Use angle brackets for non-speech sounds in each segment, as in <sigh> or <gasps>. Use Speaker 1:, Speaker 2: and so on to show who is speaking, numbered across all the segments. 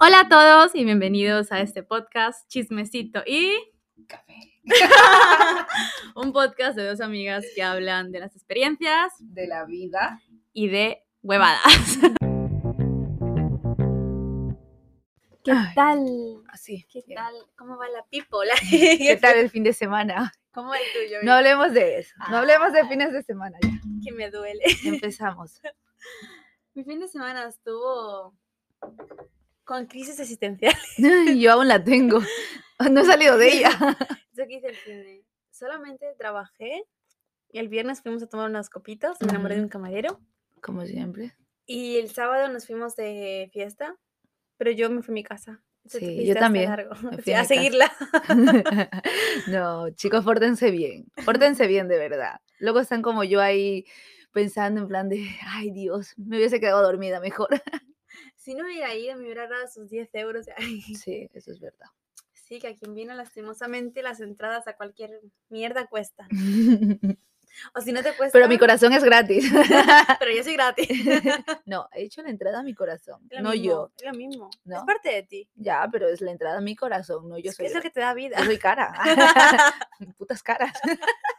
Speaker 1: Hola a todos y bienvenidos a este podcast Chismecito y
Speaker 2: Café.
Speaker 1: un podcast de dos amigas que hablan de las experiencias
Speaker 2: De la vida.
Speaker 1: y de huevadas. ¿Qué
Speaker 3: Ay.
Speaker 1: tal?
Speaker 3: Así.
Speaker 1: ¿Qué
Speaker 3: ya.
Speaker 1: tal? ¿Cómo va la people? <laughs>
Speaker 3: ¿Qué tal el fin de semana?
Speaker 1: ¿Cómo va el tuyo?
Speaker 3: No hablemos de eso. No hablemos de
Speaker 1: Ay.
Speaker 3: fines de semana. Ya
Speaker 1: que me duele. <laughs>
Speaker 3: empezamos. <laughs>
Speaker 1: Mi fin de semana estuvo con crisis existencial. <laughs>
Speaker 3: Ay, Yo aún la tengo. <laughs> No he salido de ella.
Speaker 1: Yo qué hice el fin de- Solamente trabajé y el viernes fuimos a tomar unas copitas, me enamoré de
Speaker 3: Ujú.
Speaker 1: un camarero
Speaker 3: <laughs> Como siempre.
Speaker 1: y el sábado nos fuimos de fiesta, pero yo me fui a mi casa. Entonces, tu
Speaker 3: Sí, yo
Speaker 1: fiesta está
Speaker 3: también,
Speaker 1: largo. <laughs>
Speaker 3: me
Speaker 1: Sí,
Speaker 3: fui a
Speaker 1: a
Speaker 3: mi casa.
Speaker 1: seguirla.
Speaker 3: <laughs> No, chicos, pórtense bien. Pórtense bien, de verdad. Luego están como yo ahí pensando en plan de, ay Dios, me hubiese quedado dormida mejor.
Speaker 1: Si no hubiera ido, me hubiera dado sus 10 euros. <laughs> Ay,
Speaker 3: <laughs> Sí, eso es verdad.
Speaker 1: Sí, que a quien viene lastimosamente las entradas a cualquier mierda cuestan. O si no te cuesta.
Speaker 3: <laughs> <laughs> Pero mi corazón es gratis. <laughs>
Speaker 1: Pero yo soy gratis. <laughs>
Speaker 3: No, he hecho la entrada a mi corazón,
Speaker 1: Es lo
Speaker 3: no
Speaker 1: mismo,
Speaker 3: yo.
Speaker 1: Es lo mismo. Es
Speaker 3: ¿No?
Speaker 1: parte de ti.
Speaker 3: Ya, pero es la entrada a mi corazón, no yo
Speaker 1: Es que
Speaker 3: soy.
Speaker 1: es lo
Speaker 3: gratis.
Speaker 1: que te da vida.
Speaker 3: <laughs> Yo soy cara. <laughs> Putas caras. <laughs>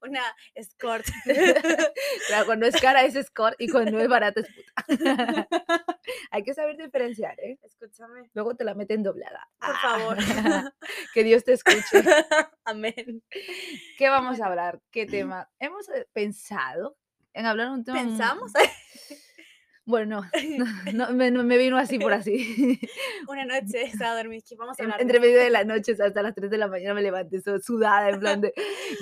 Speaker 1: Una escort. <laughs>
Speaker 3: Claro, cuando es cara es score y cuando es barata es puta. <laughs> Hay que saber diferenciar, ¿eh? <laughs>
Speaker 1: Escúchame,
Speaker 3: Luego te la meten doblada.
Speaker 1: por
Speaker 3: Ah,
Speaker 1: favor.
Speaker 3: <laughs> que Dios te escuche.
Speaker 1: <laughs> Amén.
Speaker 3: ¿Qué vamos a hablar? ¿Qué tema? Hemos eh, pensado en hablar un tema. mu-
Speaker 1: Pensamos
Speaker 3: Bueno, no, no, me, no- me vino así
Speaker 1: <laughs>
Speaker 3: por así.
Speaker 1: <laughs> una noche, estaba dormida, que vamos a
Speaker 3: En-
Speaker 1: hablar. de
Speaker 3: Em, Entre
Speaker 1: esto.
Speaker 3: medio de la noche o sea, hasta las 3 de la mañana me levanté so- sudada, en plan de.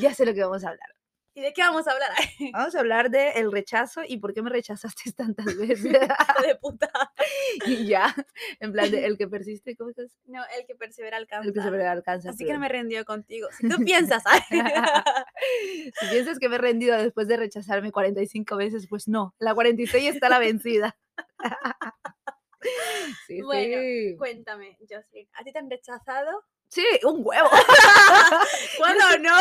Speaker 3: Ya sé lo que vamos a hablar.
Speaker 1: ¿Y de qué vamos a
Speaker 3: <laughs>
Speaker 1: hablar? <laughs> Ay,
Speaker 3: Vamos a hablar de el rechazo y por qué me rechazaste <laughs> tantas
Speaker 1: <laughs>
Speaker 3: veces.
Speaker 1: hijo de puta.
Speaker 3: y ya, en plan de el que persiste, ¿cómo estás?
Speaker 1: No, el que persevera alcanza.
Speaker 3: El que se me alcanza.
Speaker 1: Así que no
Speaker 3: perdón.
Speaker 1: me rendió contigo. Si tú piensas, ay,
Speaker 3: <laughs> Si piensas que me he rendido después de rechazarme 45 veces, pues no, la 46 está la vencida. <laughs> sí,
Speaker 1: Bueno,
Speaker 3: sí.
Speaker 1: cuéntame, Jocelyn, ¿a ti te han
Speaker 3: <laughs>
Speaker 1: rechazado?
Speaker 3: Sí, un huevo. <laughs>
Speaker 1: <laughs> ¿Cuándo no?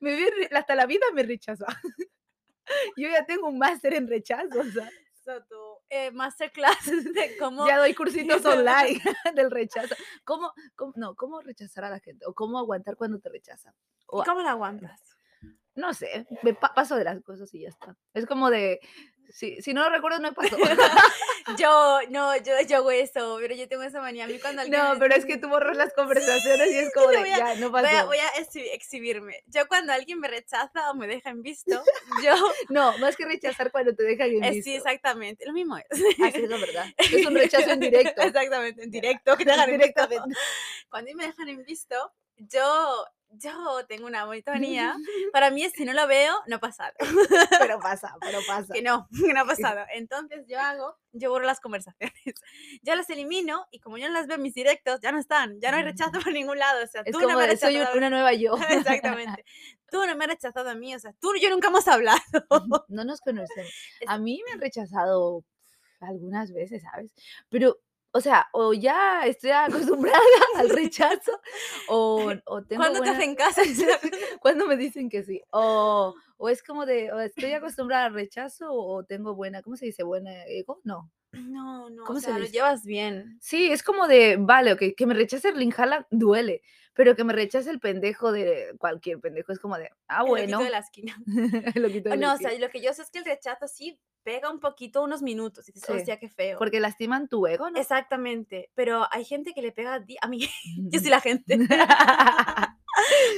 Speaker 3: Me vi re- hasta la vida me rechazó. <laughs> Yo ya tengo un máster en rechazo. o sea,
Speaker 1: So, tu eh, masterclass <laughs> de cómo
Speaker 3: Ya doy
Speaker 1: <laughs>
Speaker 3: cursitos online <laughs> del rechazo. ¿Cómo, cómo- no, ¿Cómo rechazar a la gente? ¿O cómo aguantar cuando te rechazan? O-
Speaker 1: ¿Y ¿Cómo la
Speaker 3: <laughs>
Speaker 1: aguantas?
Speaker 3: no sé, me pa- paso de las cosas y ya está. Es como de, si, si no lo recuerdo, no
Speaker 1: <laughs>
Speaker 3: pasó.
Speaker 1: Yo, no, yo, yo hago eso, pero yo tengo esa manía. A mí cuando alguien me
Speaker 3: <laughs> No,
Speaker 1: dice
Speaker 3: pero es
Speaker 1: algo-
Speaker 3: que
Speaker 1: <laughs>
Speaker 3: tú borras las conversaciones y es como
Speaker 1: te
Speaker 3: de,
Speaker 1: voy a-
Speaker 3: ya, no
Speaker 1: Voy a,
Speaker 3: pasó.
Speaker 1: voy a exhi- exhibirme. Yo cuando alguien me rechaza o me deja en
Speaker 3: <laughs>
Speaker 1: visto, yo...
Speaker 3: No, más que rechazar cuando te dejan en
Speaker 1: eh, sí,
Speaker 3: visto.
Speaker 1: exactamente. Lo mismo es.
Speaker 3: Así es la verdad. Es un <laughs> rechazo en directo.
Speaker 1: <laughs> Exactamente, en directo.
Speaker 3: <laughs>
Speaker 1: Que te hagan en visto.
Speaker 3: Directamente.
Speaker 1: Cuando me dejan en visto, yo... Yo tengo una bonita
Speaker 3: <laughs>
Speaker 1: manía. Para mí es si no lo veo, no ha pasado.
Speaker 3: Pero pasa, pero pasa.
Speaker 1: Que no, <laughs> que no ha pasado. Entonces yo hago, yo borro las conversaciones. <laughs> Yo las elimino y como yo no las veo en mis directos, ya no están. Ya no hay
Speaker 3: <laughs>
Speaker 1: rechazo por ningún lado. O sea,
Speaker 3: Es
Speaker 1: tú
Speaker 3: como
Speaker 1: no me has
Speaker 3: de, soy un-
Speaker 1: rechazado a mí.
Speaker 3: una
Speaker 1: <laughs>
Speaker 3: nueva yo. <laughs>
Speaker 1: Exactamente. Tú no me has rechazado a mí, o sea, tú y yo nunca hemos hablado.
Speaker 3: No nos conocemos. A mí me han rechazado algunas veces, ¿sabes? Pero, o sea, o ya estoy acostumbrada <laughs> al rechazo
Speaker 1: <laughs>
Speaker 3: o, o <laughs> tengo
Speaker 1: ¿Cuándo
Speaker 3: buena-
Speaker 1: te hacen caso?
Speaker 3: <laughs>
Speaker 1: <laughs>
Speaker 3: cuando me dicen que sí. O, o es como de, o estoy acostumbrada al rechazo o tengo buena, ¿cómo se dice? Buena ego. No.
Speaker 1: No, no,
Speaker 3: ¿Cómo
Speaker 1: o
Speaker 3: se
Speaker 1: sea,
Speaker 3: le
Speaker 1: lo
Speaker 3: dice?
Speaker 1: llevas bien.
Speaker 3: Sí, es como de, vale, ok, que me rechace el Linjala duele, pero que me rechace el pendejo de cualquier pendejo es como de, ah,
Speaker 1: el loquito
Speaker 3: bueno.
Speaker 1: de la esquina.
Speaker 3: <laughs>
Speaker 1: <laughs>
Speaker 3: el loquito de la
Speaker 1: No, o
Speaker 3: esquina.
Speaker 1: sea, lo que yo sé es que el rechazo sí pega un poquito unos minutos y dices,
Speaker 3: Sí,
Speaker 1: hostia, qué feo.
Speaker 3: Porque lastiman tu ego, ¿no?
Speaker 1: Exactamente, pero hay gente que le pega a, ti- a mí, <laughs>
Speaker 3: <laughs>
Speaker 1: yo soy la gente.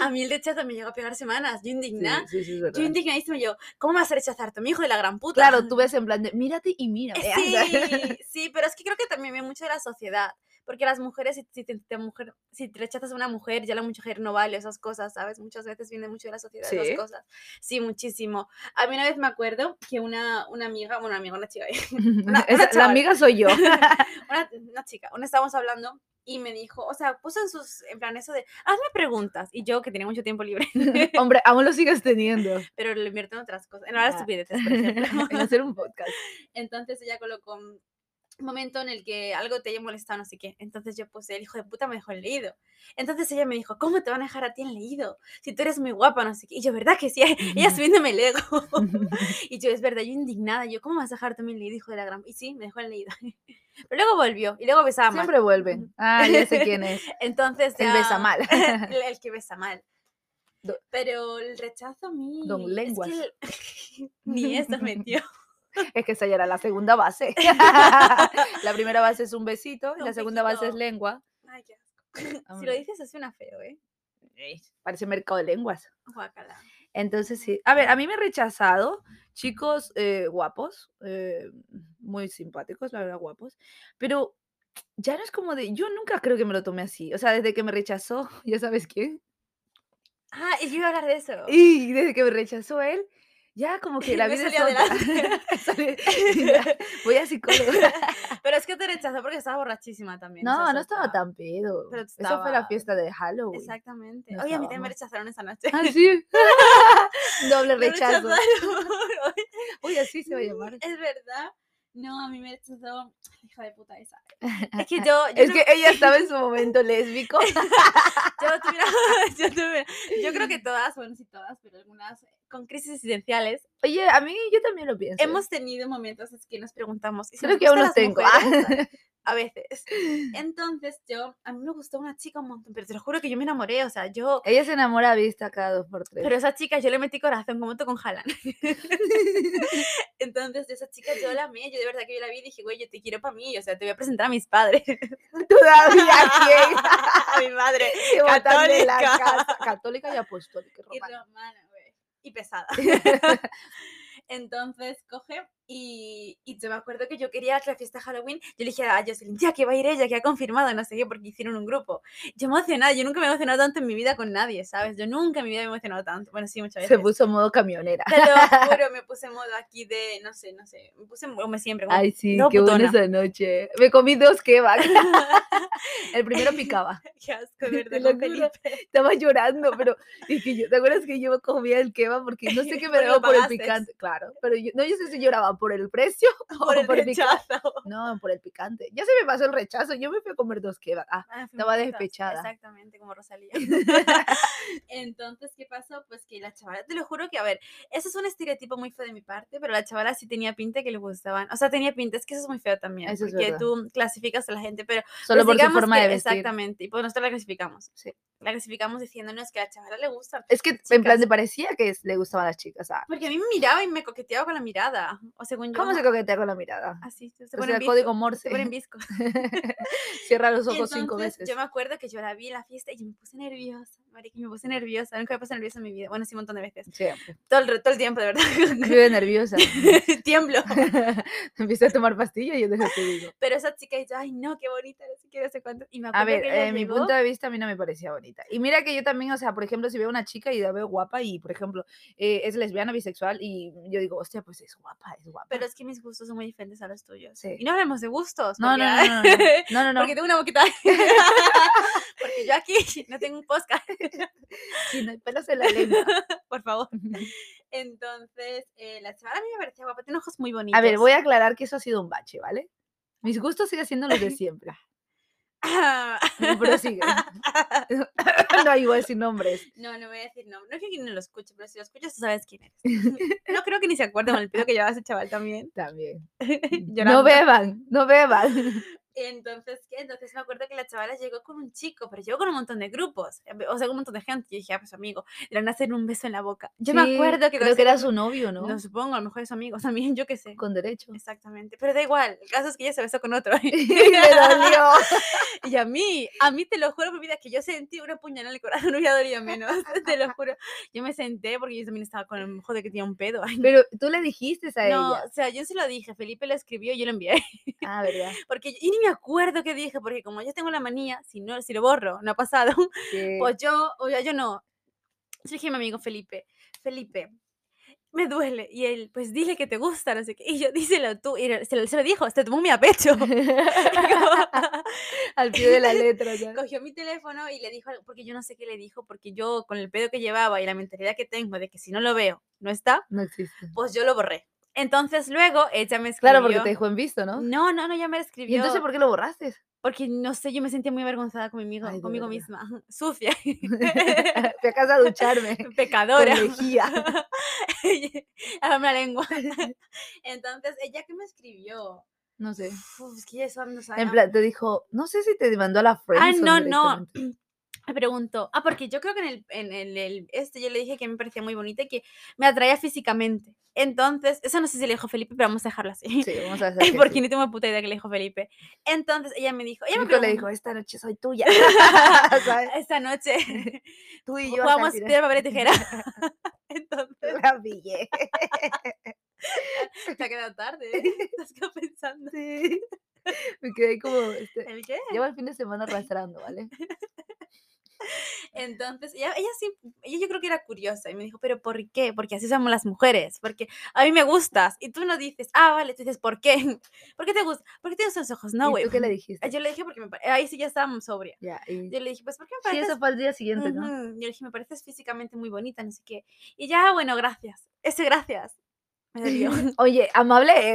Speaker 1: a mí el rechazo me llegó a pegar semanas, yo indignada.
Speaker 3: Sí, sí, sí, es
Speaker 1: Yo
Speaker 3: verdad.
Speaker 1: indignadísima, yo, ¿cómo me vas a rechazar? Tu hijo de la gran puta.
Speaker 3: Claro, tú ves en plan de, mírate y mira.
Speaker 1: Eh,
Speaker 3: <laughs>
Speaker 1: Sí, sí, pero es que creo que también viene mucho de la sociedad. Porque las mujeres, si, si te, te mujer, si te rechazas a una mujer, ya la mujer no vale esas cosas, ¿sabes? Muchas veces viene mucho de la sociedad
Speaker 3: Sí.
Speaker 1: esas cosas. Sí, muchísimo. A mí una vez me acuerdo que una, una amiga, bueno, una amiga, una chica,
Speaker 3: <laughs>
Speaker 1: una
Speaker 3: la
Speaker 1: chavala.
Speaker 3: amiga soy yo.
Speaker 1: una, una chica, una estábamos hablando y me dijo, o sea, puso en sus, en plan eso de, hazme preguntas. Y yo, que tenía mucho tiempo libre, <laughs>
Speaker 3: Hombre, aún lo sigues teniendo.
Speaker 1: pero lo
Speaker 3: <laughs>
Speaker 1: invierto en otras cosas, en hablar <laughs>
Speaker 3: Ah.
Speaker 1: estupideces, por ejemplo.
Speaker 3: en hacer un podcast.
Speaker 1: Entonces ella colocó, mm, momento en el que algo te haya molestado, no sé qué. Entonces yo puse, el hijo de puta me dejó el leído. Entonces ella me dijo, ¿cómo te van a dejar a ti el leído? Si tú eres muy guapa, no sé qué. Y yo, ¿verdad que sí? <laughs> Ella subiéndome el ego. <laughs>
Speaker 3: <laughs>
Speaker 1: y yo, es verdad, yo indignada. Yo, ¿cómo vas a dejar también el leído, hijo de la gran? Y sí, me dejó el leído. <laughs> Pero luego volvió y luego besaba mal.
Speaker 3: Siempre vuelven. Ah, ya sé quién
Speaker 1: <laughs>
Speaker 3: es.
Speaker 1: Entonces
Speaker 3: El
Speaker 1: ya- <laughs>
Speaker 3: besa mal. <laughs>
Speaker 1: el, el que besa mal.
Speaker 3: Do-
Speaker 1: Pero el rechazo a mí...
Speaker 3: Don
Speaker 1: es que
Speaker 3: Lenguas.
Speaker 1: el- <laughs> Ni eso
Speaker 3: <laughs>
Speaker 1: metió.
Speaker 3: Es que esa ya era la segunda base. <laughs> la primera base es un besito, y
Speaker 1: Un
Speaker 3: la segunda base es
Speaker 1: piquito.
Speaker 3: lengua.
Speaker 1: Ay, qué asco. si lo
Speaker 3: Hombre.
Speaker 1: dices, es una feo, ¿eh?
Speaker 3: Parece mercado de lenguas.
Speaker 1: Guácala.
Speaker 3: Entonces, sí. A ver, a mí me he rechazado chicos eh, guapos, eh, muy simpáticos, la verdad, guapos, pero ya no es como de, yo nunca creo que me lo tomé así. O sea, desde que me rechazó, <laughs> ya sabes quién,
Speaker 1: Ah, y yo iba a hablar de eso. <laughs>
Speaker 3: y desde que me rechazó él, ya como que la
Speaker 1: Me
Speaker 3: vida es
Speaker 1: salió
Speaker 3: otra. <laughs>
Speaker 1: <laughs>
Speaker 3: Salí- <laughs> ya, Voy a psicóloga.
Speaker 1: Pero es que te rechazó porque estaba borrachísima también. esa
Speaker 3: No,
Speaker 1: es
Speaker 3: no estaba
Speaker 1: otra.
Speaker 3: tan pedo.
Speaker 1: Pero
Speaker 3: Eso fue
Speaker 1: estaba-
Speaker 3: la fiesta de Halloween.
Speaker 1: Exactamente.
Speaker 3: No
Speaker 1: Oye, a mí también me
Speaker 3: estábamos.
Speaker 1: rechazaron esa noche.
Speaker 3: Ah, sí. <laughs> Doble
Speaker 1: <laughs> Me
Speaker 3: rechazo.
Speaker 1: rechazaron.
Speaker 3: Uy, así <laughs> se va a llamar.
Speaker 1: Es verdad. No, a mí me rechazó hija de puta esa. Es que yo, yo,
Speaker 3: Ah, Es
Speaker 1: no-
Speaker 3: que ella estaba
Speaker 1: <laughs>
Speaker 3: en su momento lésbico.
Speaker 1: yo tuviera- <laughs> yo tuviera- yo creo que todas, bueno, sí todas, pero algunas eh, con crisis existenciales
Speaker 3: Oye, a mí yo también lo pienso. ¿eh?
Speaker 1: hemos tenido momentos en que nos preguntamos. ¿y si
Speaker 3: Creo
Speaker 1: nos
Speaker 3: que aún
Speaker 1: gustan
Speaker 3: los
Speaker 1: las
Speaker 3: tengo.
Speaker 1: mujeres?
Speaker 3: <laughs>
Speaker 1: a veces. Entonces yo, a mí me gustó una chica un montón, pero te lo juro que yo me enamoré, o sea, yo...
Speaker 3: Ella se enamora a vista cada dos por tres.
Speaker 1: Pero esa chica yo le metí corazón como tú con Jalan. <laughs> Entonces de esa chica yo la amé, yo de verdad que yo la vi y dije, güey, yo te quiero para mí, o sea, te voy a presentar a mis
Speaker 3: <laughs>
Speaker 1: padres.
Speaker 3: <laughs> todavía quién.
Speaker 1: <laughs> a mi madre. <laughs>
Speaker 3: <laughs> Que botan de la
Speaker 1: Católica.
Speaker 3: casa. Católica y apostólica.
Speaker 1: Y
Speaker 3: romana.
Speaker 1: romana, güey. Y
Speaker 3: <laughs>
Speaker 1: pesada. <laughs> Entonces coge y, y yo me acuerdo que yo quería la fiesta de Halloween. Yo le dije a Jocelyn, ya que va a ir ella, que ha confirmado, no sé qué, porque hicieron un grupo. Yo emocionada, yo nunca me he emocionado tanto en mi vida con nadie, ¿sabes? Yo nunca en mi vida me he emocionado tanto. Bueno, sí, muchas veces.
Speaker 3: Se puso modo camionera.
Speaker 1: Te
Speaker 3: <laughs>
Speaker 1: lo juro, me puse en modo aquí de, no sé, no sé. Me puse como siempre. como-
Speaker 3: Ay, sí,
Speaker 1: No, pues,
Speaker 3: qué buena
Speaker 1: putona.
Speaker 3: esa noche. Me comí dos kebabs. <laughs> El primero
Speaker 1: <laughs>
Speaker 3: picaba.
Speaker 1: <laughs> Qué asco, de ¿verdad?
Speaker 3: <laughs> Te lo
Speaker 1: con
Speaker 3: juro.
Speaker 1: Felipe.
Speaker 3: Estaba llorando, pero es que yo, ¿te acuerdas que yo comía el kebab porque
Speaker 1: <laughs>
Speaker 3: no sé qué me
Speaker 1: Porque lo
Speaker 3: daba por el
Speaker 1: pagaste.
Speaker 3: picante? Claro, pero yo, no yo sé si lloraba por
Speaker 1: <laughs>
Speaker 3: el precio
Speaker 1: Por
Speaker 3: o
Speaker 1: el
Speaker 3: por el picante.
Speaker 1: rechazo.
Speaker 3: No, por el picante. Ya se me pasó el rechazo. Yo me fui a comer dos kebabs. Ah,
Speaker 1: Ah, fui
Speaker 3: Estaba
Speaker 1: muy puta,
Speaker 3: despechada.
Speaker 1: Exactamente, como
Speaker 3: <laughs>
Speaker 1: Rosalía. <laughs> Entonces, ¿qué pasó? Pues que la chavala, te lo juro que, a ver, eso es un estereotipo muy feo de mi parte, pero la chavala sí tenía pinta que le gustaban. O sea, tenía pinta, es que eso es muy feo también,
Speaker 3: Eso es
Speaker 1: porque
Speaker 3: verdad.
Speaker 1: tú clasificas a la gente, pero...
Speaker 3: solo
Speaker 1: pues
Speaker 3: por su
Speaker 1: digamos
Speaker 3: forma
Speaker 1: que-
Speaker 3: de vestir.
Speaker 1: Exactamente, y pues nosotros la clasificamos.
Speaker 3: Sí.
Speaker 1: La clasificamos diciéndonos que a la chavala le gusta.
Speaker 3: Es que en plan
Speaker 1: Chicas.
Speaker 3: te parecía que es- le gustaban las chicas. ah.
Speaker 1: Porque a mí me miraba y me coqueteaba con la mirada, o según yo...
Speaker 3: ¿Cómo se
Speaker 1: ma-
Speaker 3: coquetea con la mirada?
Speaker 1: Así, se
Speaker 3: O
Speaker 1: ponen
Speaker 3: sea,
Speaker 1: bizco,
Speaker 3: código
Speaker 1: se
Speaker 3: Morse. <laughs>
Speaker 1: ponen bizco.
Speaker 3: Cierra los
Speaker 1: Y
Speaker 3: ojos cinco
Speaker 1: entonces,
Speaker 3: veces.
Speaker 1: Yo me acuerdo que yo la vi en la fiesta y yo me puse nerviosa, marica, me puse nerviosa, nunca me puse nerviosa en mi vida, bueno, sí, un montón de veces, <laughs>
Speaker 3: Siempre.
Speaker 1: todo el, re- todo el tiempo, de verdad, <laughs>
Speaker 3: Vive nerviosa. <laughs>
Speaker 1: tiemblo,
Speaker 3: Empieza a tomar pastillas y yo desde te digo.
Speaker 1: pero esa chica dice, ay, no, qué bonita, no sé qué, no sé cuánto, y me acuerdo
Speaker 3: A ver,
Speaker 1: que ella
Speaker 3: eh, mi
Speaker 1: llegó,
Speaker 3: punto de vista a mí no me parecía bonita. Y mira que yo también, o sea, por ejemplo, si veo una chica y la veo guapa y, por ejemplo, eh, es lesbiana, bisexual y yo digo, hostia, pues es guapa, es guapa.
Speaker 1: pero es que mis gustos son muy diferentes a los tuyos,
Speaker 3: Sí.
Speaker 1: y no hablemos de gustos,
Speaker 3: no, no,
Speaker 1: porque-
Speaker 3: no,
Speaker 1: <laughs>
Speaker 3: no, no, no, no, no.
Speaker 1: Porque tengo una boquita. <laughs> Porque yo aquí <laughs> no tengo un podcast,
Speaker 3: Si no hay pelos en la lengua.
Speaker 1: por favor. Entonces, eh, la chavala a mí me parecía guapa, tiene ojos muy bonitos.
Speaker 3: <laughs> A
Speaker 1: <laughs>
Speaker 3: ver, voy a aclarar que eso ha sido un bache, ¿vale? Mis gustos siguen siendo
Speaker 1: <laughs>
Speaker 3: los de siempre.
Speaker 1: Ah,
Speaker 3: Pero sigue. <laughs> no iba a decir nombres.
Speaker 1: No, no voy a decir nombre. No es que no lo escuche, pero si lo escuchas, tú sabes quién eres. <laughs> No creo que ni se acuerde con el pedo que llevaba ese chaval también. <laughs>
Speaker 3: También.
Speaker 1: llorando.
Speaker 3: No beban, no beban.
Speaker 1: Entonces, ¿qué? Entonces me acuerdo que la chavala llegó con un chico, pero llegó con un montón de grupos. en ve- O sea, con un montón de gente. Y dije, ah, pues amigo, le van a hacer un beso en la boca. <laughs> Yo me
Speaker 3: Sí,
Speaker 1: acuerdo que.
Speaker 3: Creo que
Speaker 1: era
Speaker 3: era su novio, ¿no?
Speaker 1: No supongo, a lo mejor es su amigo también, yo qué sé.
Speaker 3: Con
Speaker 1: <laughs>
Speaker 3: derecho. <laughs>
Speaker 1: Exactamente. Pero da igual, el caso es que ella se besó con <laughs> otro.
Speaker 3: Y me dolió.
Speaker 1: <laughs> Y a mí, a mí te lo juro, por mi vida, que yo sentí una puñalada en el corazón, <laughs> no hubiera dolido menos, te lo juro. Yo me senté porque yo también estaba con el joder que tenía un pedo. ay,
Speaker 3: Pero tú le dijiste a
Speaker 1: No,
Speaker 3: ella.
Speaker 1: o sea, yo se lo dije, Felipe lo escribió y yo lo envié. <laughs>
Speaker 3: Ah, verdad.
Speaker 1: Porque yo- y ni me acuerdo qué dije, porque como yo tengo la manía, si no, si lo borro, no ha pasado, <laughs>
Speaker 3: Sí. <laughs>
Speaker 1: pues yo, o ya yo no. Yo dije a mi amigo Felipe, Felipe, me duele. Y él, pues dile que te gusta, no sé qué. Y yo, díselo tú. Y él se lo, se lo dijo, se tomó mi a <laughs> pecho.
Speaker 3: <laughs> Al pie de la letra. ¿sabes?
Speaker 1: cogió mi teléfono y le dijo algo, porque yo no sé qué le dijo, porque yo con el pedo que llevaba y la mentalidad que tengo de que si no lo veo, no está,
Speaker 3: No existe.
Speaker 1: pues yo lo borré. Entonces luego ella me escribió.
Speaker 3: Claro, porque te dejó en visto, ¿no?
Speaker 1: No, no, no, ya me la escribió.
Speaker 3: ¿Y entonces por qué
Speaker 1: <laughs>
Speaker 3: lo borraste? <laughs>
Speaker 1: Porque no sé, yo me sentía muy avergonzada conmigo,
Speaker 3: Ay, de
Speaker 1: conmigo
Speaker 3: verdad.
Speaker 1: misma. <laughs>
Speaker 3: <laughs>
Speaker 1: Sucia,
Speaker 3: Te acabas
Speaker 1: <laughs>
Speaker 3: a ducharme. Con
Speaker 1: pecadora. <laughs>
Speaker 3: lejía.
Speaker 1: Hágame la lengua. <laughs> Entonces, ella que me escribió.
Speaker 3: No sé.
Speaker 1: Uf, es que ya eso no sabe.
Speaker 3: En
Speaker 1: ¿no?
Speaker 3: plan, te dijo, no sé si te mandó a la
Speaker 1: Ah,
Speaker 3: friendzone
Speaker 1: no, no.
Speaker 3: directamente.
Speaker 1: Me preguntó. Ah, porque yo creo que en el, en el- el- este yo le dije que me parecía muy bonita y que me atraía físicamente. Entonces, eso no sé si le dijo Felipe, pero vamos a dejarlo así. <laughs>
Speaker 3: Sí, vamos a hacer.
Speaker 1: porque no tengo puta idea que le dijo Felipe. Entonces, ella me dijo, ella me
Speaker 3: le dijo,
Speaker 1: preguntó,
Speaker 3: esta noche
Speaker 1: <laughs>
Speaker 3: soy tuya. <laughs> ¿Sabes?
Speaker 1: esta noche <laughs>
Speaker 3: Tú <laughs> y yo. hasta el
Speaker 1: jugamos
Speaker 3: final".
Speaker 1: piedra, papel y
Speaker 3: <laughs>
Speaker 1: tijera. <laughs> Entonces,
Speaker 3: La pillé. <laughs>
Speaker 1: te ha quedado tarde. ¿eh?
Speaker 3: <laughs>
Speaker 1: <laughs> Estás como pensando.
Speaker 3: Sí. Me quedé como. Este,
Speaker 1: ¿El qué?
Speaker 3: llevo el fin de semana arrastrando, ¿vale?
Speaker 1: Entonces, ella, ella sí, ella yo creo que era curiosa y me dijo, pero ¿por qué? Porque así somos las mujeres, porque a mí me gustas y tú no dices, ah, vale, tú dices, ¿por qué? <laughs> ¿Por qué te gusta? ¿Por qué tienes esos ojos? No,
Speaker 3: ¿Y
Speaker 1: güey. <laughs>
Speaker 3: tú qué le
Speaker 1: Ah,
Speaker 3: dijiste?
Speaker 1: Yo le dije porque me pare- ahí sí ya estábamos sobria.
Speaker 3: Ya, y...
Speaker 1: Yo le dije, pues, ¿por qué me
Speaker 3: Sí,
Speaker 1: pareces?
Speaker 3: eso fue al día siguiente, ¿no?
Speaker 1: Ujú, Yo le dije, me pareces físicamente muy bonita, no sé qué. Y ya, bueno, gracias. Ese gracias. Me
Speaker 3: <laughs>
Speaker 1: dolió.
Speaker 3: Oye, amable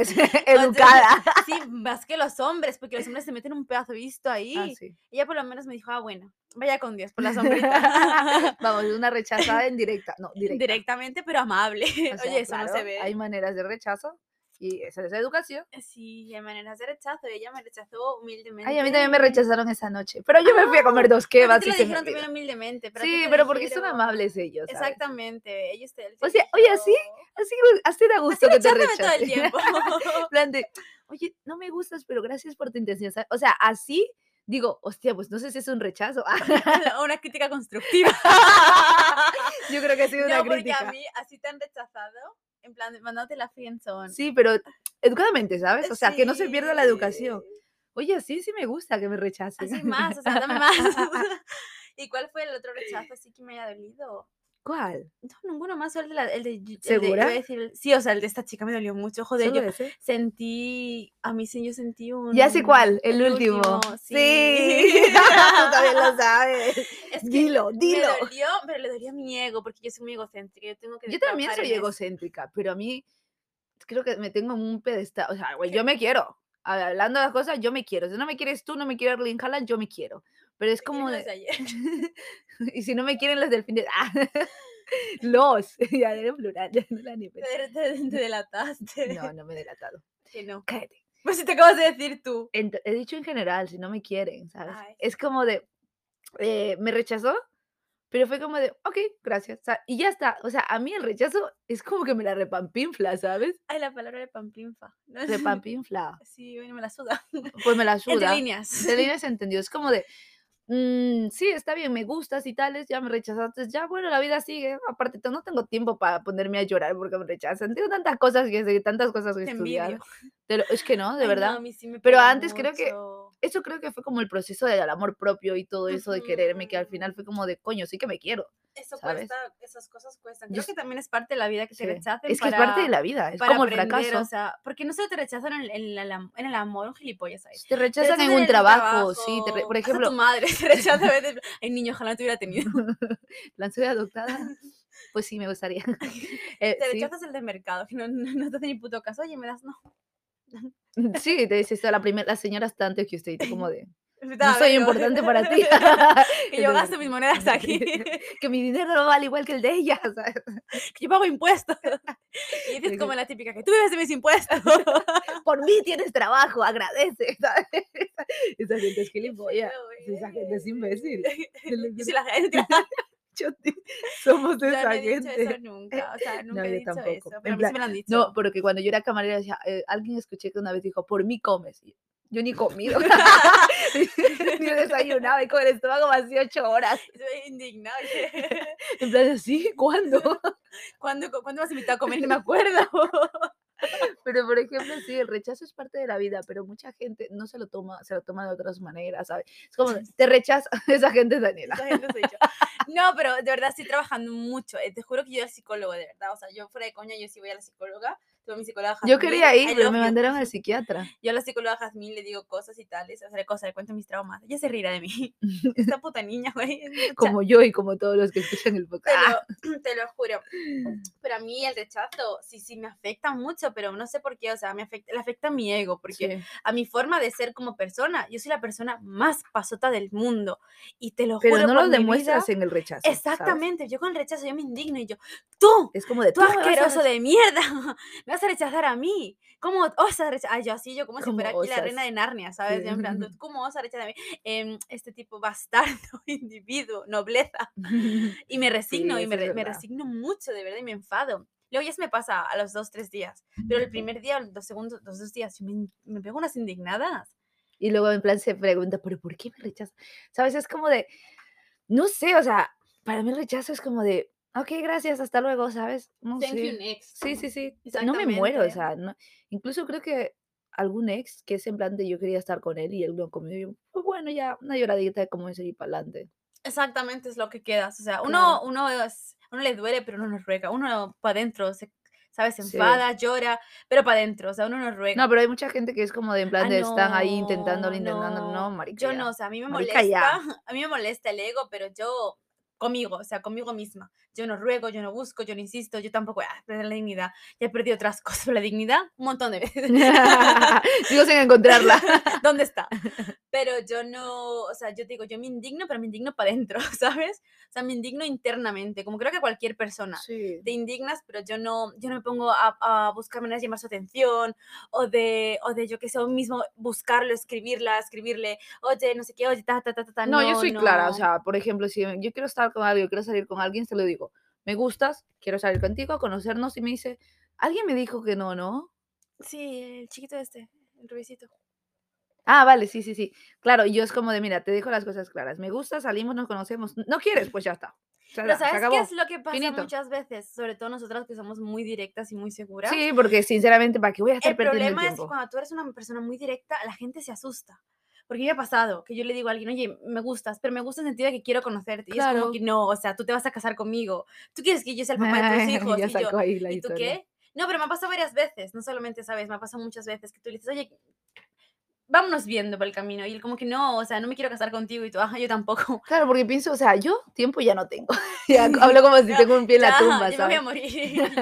Speaker 1: <laughs>
Speaker 3: es, <laughs> educada. Ah,
Speaker 1: sí, más que los hombres, porque los hombres se meten un pedazo visto ahí.
Speaker 3: Ah, sí.
Speaker 1: Ella por lo menos me dijo, ah, bueno, vaya con Dios por la
Speaker 3: <laughs>
Speaker 1: sombrita. <laughs>
Speaker 3: Vamos, una rechazada en directa. No, directa.
Speaker 1: directamente, pero amable.
Speaker 3: O
Speaker 1: <laughs>
Speaker 3: sea,
Speaker 1: Oye, eso no se
Speaker 3: claro,
Speaker 1: ve.
Speaker 3: Hay maneras de rechazo y esa es la educación.
Speaker 1: Sí, hay maneras de rechazo. Ella me rechazó humildemente.
Speaker 3: Ay, a mí también me rechazaron esa noche. Pero yo me fui a comer dos
Speaker 1: Ah, Pero a
Speaker 3: kebabs
Speaker 1: ti te lo
Speaker 3: y se me
Speaker 1: dijeron
Speaker 3: olvidó.
Speaker 1: también humildemente. pero a ti
Speaker 3: Sí,
Speaker 1: te
Speaker 3: pero porque son
Speaker 1: dijeron-
Speaker 3: amables ellos. ¿sabes?
Speaker 1: Exactamente. Ellos te,
Speaker 3: O sea, oye, así, Así, así da gusto que te
Speaker 1: Recházame todo el
Speaker 3: <laughs> rechacen.
Speaker 1: tiempo. <laughs>
Speaker 3: En plan de, oye, no me gustas, pero gracias por tu intención. ¿sabes? O sea, así digo, hostia, pues no sé si es un rechazo. <laughs>
Speaker 1: una crítica constructiva.
Speaker 3: yo creo que ha sido
Speaker 1: no,
Speaker 3: <laughs> una
Speaker 1: porque a
Speaker 3: crítica.
Speaker 1: mí así te han rechazado. En plan, de- mandándote la friendzone.
Speaker 3: Sí, pero educadamente, ¿sabes? O sea, que no se pierda la educación.
Speaker 1: Sí.
Speaker 3: Oye, sí, sí me gusta que me rechacen. <laughs>
Speaker 1: Así más, o sea, dame más. <laughs> ¿Y cuál fue el otro rechazo así que me haya dolido?
Speaker 3: ¿Cuál?
Speaker 1: No, ninguno más, solo el de la- el de... Yu- el de-
Speaker 3: ¿Segura?
Speaker 1: iba a decir el- sí, o sea, el de esta chica me dolió mucho, joder,
Speaker 3: ¿Solo
Speaker 1: yo
Speaker 3: ese?
Speaker 1: sentí, a mí sí, yo sentí un...
Speaker 3: Ya sé cuál, el,
Speaker 1: el
Speaker 3: último.
Speaker 1: último,
Speaker 3: Sí, <laughs>
Speaker 1: sí.
Speaker 3: tú
Speaker 1: <laughs>
Speaker 3: también lo sabes.
Speaker 1: Es que
Speaker 3: Dilo, dilo.
Speaker 1: Me dolió, pero le dolió a mi ego, porque yo soy muy egocéntrica, yo tengo que...
Speaker 3: Yo también
Speaker 1: trabajar
Speaker 3: soy
Speaker 1: en eso.
Speaker 3: egocéntrica, pero a mí creo que me tengo en un pedestal. O sea, güey, yo me quiero. A ver, Hablando de las cosas, yo me quiero. Si no me quieres tú, no me quiere Erling Haaland, yo me quiero. Pero es
Speaker 1: Te quiero
Speaker 3: como
Speaker 1: desde
Speaker 3: de... <laughs>
Speaker 1: ayer. <laughs>
Speaker 3: y si no me quieren los delfines... <laughs> ¡Ah! los. <laughs> ya era en plural, ya no era ni
Speaker 1: Te,
Speaker 3: pe-
Speaker 1: te- te delataste.
Speaker 3: No, no me he delatado.
Speaker 1: Que no.
Speaker 3: Cállate.
Speaker 1: Pues si te acabas de decir tú.
Speaker 3: Ent- he dicho en general, si no me quieren, ¿sabes?
Speaker 1: Ay,
Speaker 3: Es como de... eh, me rechazó, pero fue como de... Ok, gracias. o sea, y ya está. O sea, a mí el rechazo es como que me la repampinfla, ¿sabes?
Speaker 1: Ay, la palabra de pamplinfa. <laughs> ¿no?
Speaker 3: Repampinfla.
Speaker 1: Sí, bueno, me la suda.
Speaker 3: pues me la
Speaker 1: Entre
Speaker 3: suda.
Speaker 1: líneas. <laughs>
Speaker 3: Entre líneas se entendió. Es como de, "Mm, sí, está bien, me gustas y tales, ya me rechazaste, ya, bueno, la vida sigue. Aparte, no tengo tiempo para ponerme a llorar porque me rechazan. Tengo tantas cosas que hacer, tantas cosas que
Speaker 1: Te
Speaker 3: estudiar.
Speaker 1: envidio.
Speaker 3: Te lo- es que no, de
Speaker 1: Ay, no,
Speaker 3: verdad.
Speaker 1: a mí sí me
Speaker 3: Pero
Speaker 1: pega
Speaker 3: antes creo que-
Speaker 1: mucho.
Speaker 3: Eso creo que fue como el proceso del amor propio y todo eso de quererme, que al final fue como de, coño, sí que me quiero.
Speaker 1: eso
Speaker 3: ¿sabes?
Speaker 1: cuesta, esas cosas cuestan.
Speaker 3: Yo
Speaker 1: Creo
Speaker 3: s-
Speaker 1: que también es parte de la vida que
Speaker 3: Sí.
Speaker 1: te rechacen.
Speaker 3: Es que es parte de la vida, es
Speaker 1: para
Speaker 3: como el
Speaker 1: aprender,
Speaker 3: fracaso.
Speaker 1: O sea, porque no solo te rechazan en, en la- la- en el amor, un gilipollas ahí.
Speaker 3: te rechazan en
Speaker 1: Rechazan
Speaker 3: un
Speaker 1: el
Speaker 3: trabajo, sí, te re- por
Speaker 1: hasta
Speaker 3: ejemplo,
Speaker 1: tu madre <laughs> te rechaza a veces. Ay, niño, ojalá no te hubiera
Speaker 3: <laughs>
Speaker 1: tenido.
Speaker 3: la soy adoptada. Pues sí, me gustaría. <laughs> Eh,
Speaker 1: Te
Speaker 3: sí,
Speaker 1: rechazas el de mercado, que no, no, no te hace ni puto caso. Oye, me das, no.
Speaker 3: <laughs>
Speaker 1: <laughs>
Speaker 3: Sí, te dice esto, la, primera, la señora está antes que usted, y tú <laughs> como de,
Speaker 1: Da,
Speaker 3: no <laughs> soy
Speaker 1: vengo".
Speaker 3: importante para
Speaker 1: <laughs>
Speaker 3: ti.
Speaker 1: que yo gasto mis monedas aquí. <laughs> que
Speaker 3: <laughs> que mi dinero no vale igual que el de ella, <laughs> ¿sabes?
Speaker 1: yo pago
Speaker 3: <laughs>
Speaker 1: impuestos. Y
Speaker 3: Sí,
Speaker 1: dices como
Speaker 3: sí.
Speaker 1: la típica, que tú vives de mis impuestos.
Speaker 3: Por mí tienes trabajo, agradece, <laughs> ¿sabes? Esa gente es gilipollas,
Speaker 1: Pero,
Speaker 3: esa gente es
Speaker 1: eh, <laughs>
Speaker 3: imbécil. <laughs>
Speaker 1: Yo soy la gente.
Speaker 3: Yo te- Somos de
Speaker 1: Yo no
Speaker 3: esa
Speaker 1: he dicho eso
Speaker 3: gente.
Speaker 1: nunca, o
Speaker 3: <laughs>
Speaker 1: sea, nunca he
Speaker 3: yo
Speaker 1: dicho
Speaker 3: tampoco.
Speaker 1: eso,
Speaker 3: En
Speaker 1: pero a mí sí
Speaker 3: plan,
Speaker 1: me lo han dicho.
Speaker 3: No,
Speaker 1: <laughs>
Speaker 3: porque cuando yo era camarera, decía, eh, alguien escuché que una vez dijo, por mí comes. Y Yo ni he comido. <laughs> ni he desayunado, y con el estómago vacío ocho horas.
Speaker 1: Estoy indignada. <laughs> oye.
Speaker 3: En plan, ¿así? ¿Cuándo?
Speaker 1: ¿Cuándo, cu- cuándo me has invitado a comer? Ni me acuerdo. <laughs>
Speaker 3: Pero por ejemplo, sí, el rechazo es parte de la vida, pero mucha gente no se lo toma, se lo toma de otras maneras, ¿sabes? Es como,
Speaker 1: <laughs>
Speaker 3: te rechaza, <laughs> esa gente es Daniela.
Speaker 1: Esa gente soy yo. No, pero de verdad estoy trabajando mucho. eh, Te juro que yo era psicóloga, de verdad. O sea, yo fuera de coña, yo sí voy a la psicóloga. tuve mi psicóloga.
Speaker 3: Yo
Speaker 1: Jazmín,
Speaker 3: quería ir,
Speaker 1: I
Speaker 3: pero
Speaker 1: love
Speaker 3: me
Speaker 1: you.
Speaker 3: mandaron
Speaker 1: <laughs>
Speaker 3: al psiquiatra.
Speaker 1: Yo a la psicóloga Jazmín le digo cosas y tales, o sea, cosas, le cuento mis traumas. Ella se rirá de
Speaker 3: <laughs>
Speaker 1: mí. Esta puta niña, güey. es mucha.
Speaker 3: Como yo y como todos los que escuchan el
Speaker 1: Te
Speaker 3: podcast.
Speaker 1: lo, <clears throat> te lo juro. Pero a mí el rechazo sí, sí me afecta mucho, pero no sé por qué, o sea, me afecta, le afecta a mi ego, porque
Speaker 3: Sí.
Speaker 1: a mi forma de ser como persona, yo soy la persona más pasota del mundo. Y te lo
Speaker 3: Pero
Speaker 1: juro.
Speaker 3: no lo
Speaker 1: por mi
Speaker 3: demuestras
Speaker 1: vida,
Speaker 3: en el rechazo. ¿sabes?
Speaker 1: Exactamente, yo con el rechazo, yo me indigno y yo, tú,
Speaker 3: Es como de
Speaker 1: tú
Speaker 3: me vas a
Speaker 1: asqueroso
Speaker 3: rechazar".
Speaker 1: de mierda, <laughs> me vas a rechazar a mí. ¿Cómo osas rechazar? Ay, yo así, yo como si
Speaker 3: ¿Cómo
Speaker 1: fuera aquí la reina
Speaker 3: osas?
Speaker 1: de Narnia, ¿sabes?
Speaker 3: Sí.
Speaker 1: En plan, "Tú, ¿cómo osas rechazar a mí? Em, este tipo bastardo, <laughs> individuo, nobleza. Y me resigno, y
Speaker 3: eso
Speaker 1: me,
Speaker 3: es
Speaker 1: re- me
Speaker 3: verdad.
Speaker 1: resigno mucho, de verdad, y me enfado. Luego ya se me pasa a los dos, tres días. Pero el primer día, los dos segundos, los dos días, yo me, me pego unas indignadas.
Speaker 3: <laughs> Y luego en plan se pregunta, pero ¿por qué me rechaza? ¿Sabes? Es como de, no sé, o sea, para mí el rechazo es como de, ok, gracias, hasta luego, ¿sabes? No
Speaker 2: Thank
Speaker 3: sé.
Speaker 2: you next.
Speaker 3: Sí, sí, sí. o sea, No me muero, o
Speaker 1: Exactamente.
Speaker 3: sea, no- incluso creo que algún ex que es en plan de yo quería estar con él y él no conmigo, yo, pues bueno, ya una lloradita de cómo seguir para adelante.
Speaker 1: Exactamente es lo que quedas. O sea, uno,
Speaker 3: Claro.
Speaker 1: uno, es- uno le duele, pero uno no ruega. Uno para adentro, se, ¿sabes? Se
Speaker 3: Sí.
Speaker 1: enfada, llora, pero para adentro. O sea, uno no ruega.
Speaker 3: No, pero hay mucha gente que es como de en plan
Speaker 1: Eh. Ah,
Speaker 3: de están ahí
Speaker 1: no,
Speaker 3: intentándolo, intentándolo, no, marica.
Speaker 1: Yo
Speaker 3: ya.
Speaker 1: no, o sea, a mí me
Speaker 3: Marica,
Speaker 1: molesta,
Speaker 3: ya.
Speaker 1: <laughs> a mí me molesta el ego, pero yo conmigo, o sea, conmigo misma. Yo no ruego, yo no busco, yo no insisto, yo tampoco voy a perder la dignidad. Ya he perdido otras <laughs> cosas, pero la dignidad un montón de veces.
Speaker 3: <laughs>
Speaker 1: <laughs>
Speaker 3: Sigo sin encontrarla.
Speaker 1: ¿Dónde
Speaker 3: <laughs>
Speaker 1: está? Pero yo no, o sea, yo digo, yo me indigno, pero me indigno para adentro, <laughs> ¿sabes? O sea, me indigno internamente, como creo que cualquier persona.
Speaker 3: Sí.
Speaker 1: Te indignas, pero yo no, yo no me pongo a, a buscar maneras de llamar su atención o de, o de yo que sé, o mismo buscarlo, escribirla, escribirle, oye, no sé qué, oye, ta, ta, ta, ta, ta.
Speaker 3: No, yo soy clara, o
Speaker 1: no".
Speaker 3: sea, por ejemplo, si yo quiero estar con alguien, quiero salir con alguien, se lo digo, me gustas, quiero salir contigo, conocernos, y me dice, alguien me dijo que no, ¿no?
Speaker 1: Sí, el chiquito este, el rubicito.
Speaker 3: Ah, vale, sí, sí, sí. Claro, y yo es como de, mira, te dejo las cosas claras, me gusta, salimos, nos conocemos, no quieres, pues ya está. Ya
Speaker 1: Pero
Speaker 3: está, se
Speaker 1: ¿sabes
Speaker 3: acabó.
Speaker 1: qué es lo que pasa
Speaker 3: finito.
Speaker 1: muchas veces? Sobre todo nosotras que somos muy directas y muy seguras.
Speaker 3: Sí, porque sinceramente, ¿para qué voy a estar
Speaker 1: El
Speaker 3: perdiendo el
Speaker 1: problema es que
Speaker 3: tiempo?
Speaker 1: cuando tú eres una persona muy directa, la gente se asusta. Porque me ha pasado que yo le digo a alguien, oye, me gustas, pero me gusta en el sentido de que quiero conocerte. Y es
Speaker 3: Claro.
Speaker 1: como que no, o sea, tú te vas a casar conmigo. Tú quieres que yo sea el papá de tus hijos.
Speaker 3: <laughs> ya
Speaker 1: y yo,
Speaker 3: sacó ahí la
Speaker 1: ¿y tú
Speaker 3: historia.
Speaker 1: qué? No, pero me ha pasado varias veces, no solamente sabes, me ha pasado muchas veces que tú le dices, oye, vámonos viendo por el camino. Y él como que no, o sea, no me quiero casar contigo. Y tú, ajá, yo
Speaker 3: <laughs>
Speaker 1: tampoco.
Speaker 3: Claro, porque pienso, o sea, yo tiempo ya no tengo. <laughs> ya
Speaker 1: <laughs>
Speaker 3: hablo como si
Speaker 1: Ya,
Speaker 3: tengo un pie
Speaker 1: <laughs>
Speaker 3: en la
Speaker 1: Ya,
Speaker 3: tumba,
Speaker 1: yo me voy a
Speaker 3: ¿sabes?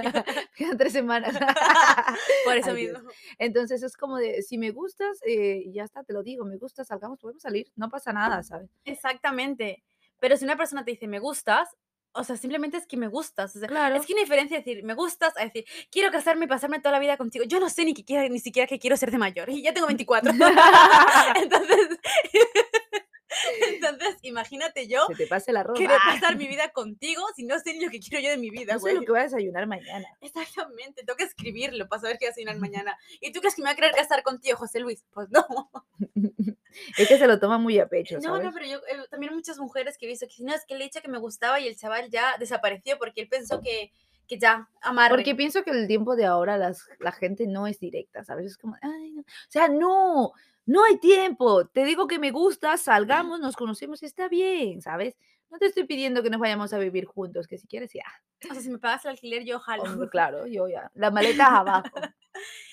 Speaker 1: morir.
Speaker 3: <laughs> Quedan tres semanas. <laughs>
Speaker 1: <laughs> Por eso
Speaker 3: Ay, Dios.
Speaker 1: mismo.
Speaker 3: Entonces es como de, si me gustas, eh, ya está, te lo digo, me gustas, salgamos, podemos salir, no pasa nada, ¿sabes?
Speaker 1: Exactamente. Pero si una persona te dice me gustas, o sea, simplemente es que me gustas. o sea,
Speaker 3: Claro.
Speaker 1: Es que una diferencia decir me gustas a decir quiero casarme y pasarme toda la vida contigo. Yo no sé ni, que quiera- ni siquiera que quiero ser de mayor. Y ya tengo
Speaker 3: <laughs>
Speaker 1: 24. <laughs> entonces, <laughs> entonces, imagínate yo
Speaker 3: se te pasa el arroz.
Speaker 1: querer
Speaker 3: ¡Ah!
Speaker 1: pasar mi vida contigo si no sé ni lo que quiero yo de mi vida,
Speaker 3: No sé lo
Speaker 1: güey.
Speaker 3: que voy a desayunar mañana.
Speaker 1: Exactamente. Tengo que escribirlo para saber qué hacer mañana. ¿Y tú crees que me va a querer casar contigo, José Luis? Pues <laughs> no.
Speaker 3: <laughs> es que se lo toma muy a pecho,
Speaker 1: No,
Speaker 3: ¿sabes?
Speaker 1: no, pero yo eh, también muchas mujeres que he visto que dicen, no, es que le he dicho que me gustaba y el chaval ya desapareció porque él pensó que, que ya amarme.
Speaker 3: Porque pienso que el tiempo de ahora las, la gente no es directa, ¿sabes? Es como, ay, no. O sea, no, no hay tiempo. Te digo que me gusta, salgamos, nos conocemos, está bien, ¿sabes? No te estoy pidiendo que nos vayamos a vivir juntos, que si quieres
Speaker 1: <laughs>
Speaker 3: ya.
Speaker 1: O sea, si me pagas el alquiler, yo jalo. <laughs>
Speaker 3: Hombre, Oh, claro, yo ya. Las maletas abajo.